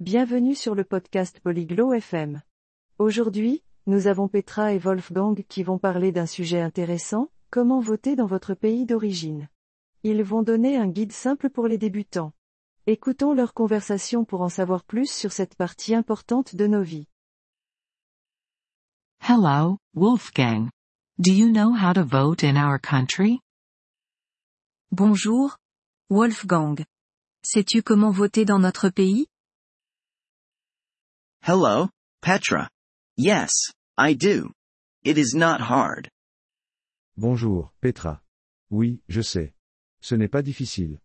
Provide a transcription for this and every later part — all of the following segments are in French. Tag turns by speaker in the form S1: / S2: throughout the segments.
S1: Bienvenue sur le podcast Polyglot FM. Aujourd'hui, nous avons Petra et Wolfgang qui vont parler d'un sujet intéressant, comment voter dans votre pays d'origine. Ils vont donner un guide simple pour les débutants. Écoutons leur conversation pour en savoir plus sur cette partie importante de nos vies.
S2: Hello, Wolfgang. Do you know how to vote in our country?
S3: Bonjour. Wolfgang. Sais-tu comment voter dans notre pays?
S4: Hello, Petra. Yes, I do. It is not hard.
S5: Bonjour, Petra. Oui, je sais. Ce n'est pas difficile.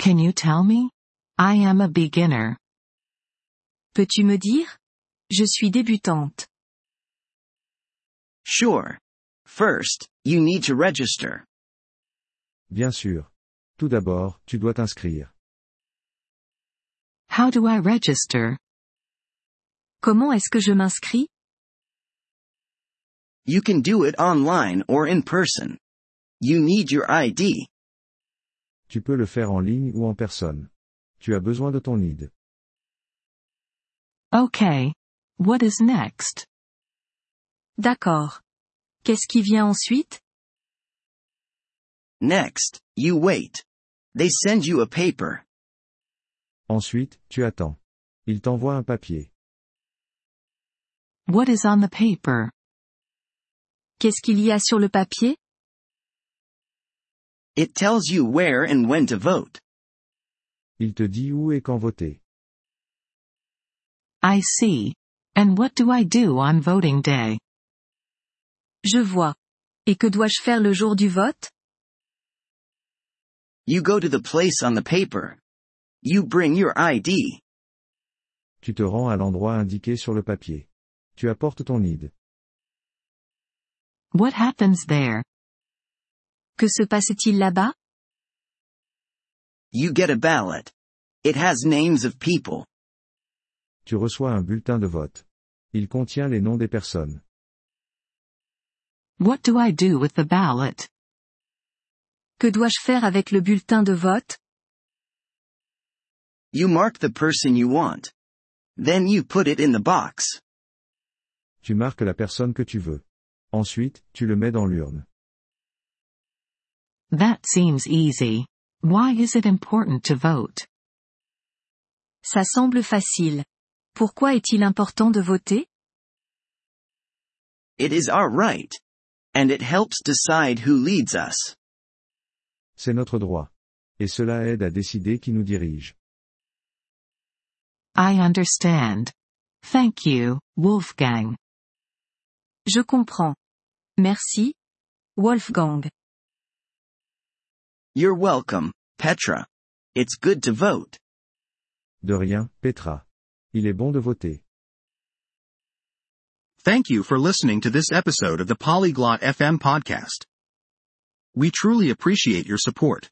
S2: Can you tell me? I am a beginner.
S3: Peux-tu me dire? Je suis débutante.
S4: Sure. First, you need to register.
S5: Bien sûr. Tout d'abord, tu dois t'inscrire.
S2: How do I register?
S3: Comment est-ce que je m'inscris?
S4: You can do it online or in person. You need your ID.
S5: Tu peux le faire en ligne ou en personne. Tu as besoin de ton ID.
S2: Okay. What is next?
S3: D'accord. Qu'est-ce qui vient ensuite?
S4: Next, you wait. They send you a paper.
S5: Ensuite, tu attends. Il t'envoie un papier.
S2: What is on the paper?
S3: Qu'est-ce qu'il y a sur le papier?
S4: It tells you where and when to vote.
S5: Il te dit où et quand voter.
S2: I see. And what do I do on voting day?
S3: Je vois. Et que dois-je faire le jour du vote?
S4: You go to the place on the paper. You bring your ID.
S5: Tu te rends à l'endroit indiqué sur le papier. Tu apportes ton ID.
S2: What happens there?
S3: Que se passe-t-il là-bas?
S4: You get a ballot. It has names of people.
S5: Tu reçois un bulletin de vote. Il contient les noms des personnes.
S2: What do I do with the ballot?
S3: Que dois-je faire avec le bulletin de vote?
S4: You mark the person you want. Then you put it in the box.
S5: Tu marques la personne que tu veux. Ensuite, tu le mets dans l'urne.
S2: That seems easy. Why is it important to vote?
S3: Ça semble facile. Pourquoi est-il important de voter?
S4: It is our right. And it helps decide who leads us.
S5: C'est notre droit. Et cela aide à décider qui nous dirige.
S2: I understand. Thank you, Wolfgang.
S3: Je comprends. Merci. Wolfgang.
S4: You're welcome, Petra. It's good to vote.
S5: De rien, Petra. Il est bon de voter.
S6: Thank you for listening to this episode of the Polyglot FM podcast. We truly appreciate your support.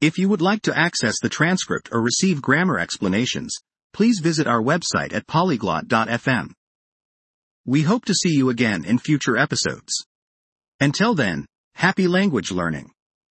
S6: If you would like to access the transcript or receive grammar explanations, please visit our website at polyglot.fm. We hope to see you again in future episodes. Until then, happy language learning.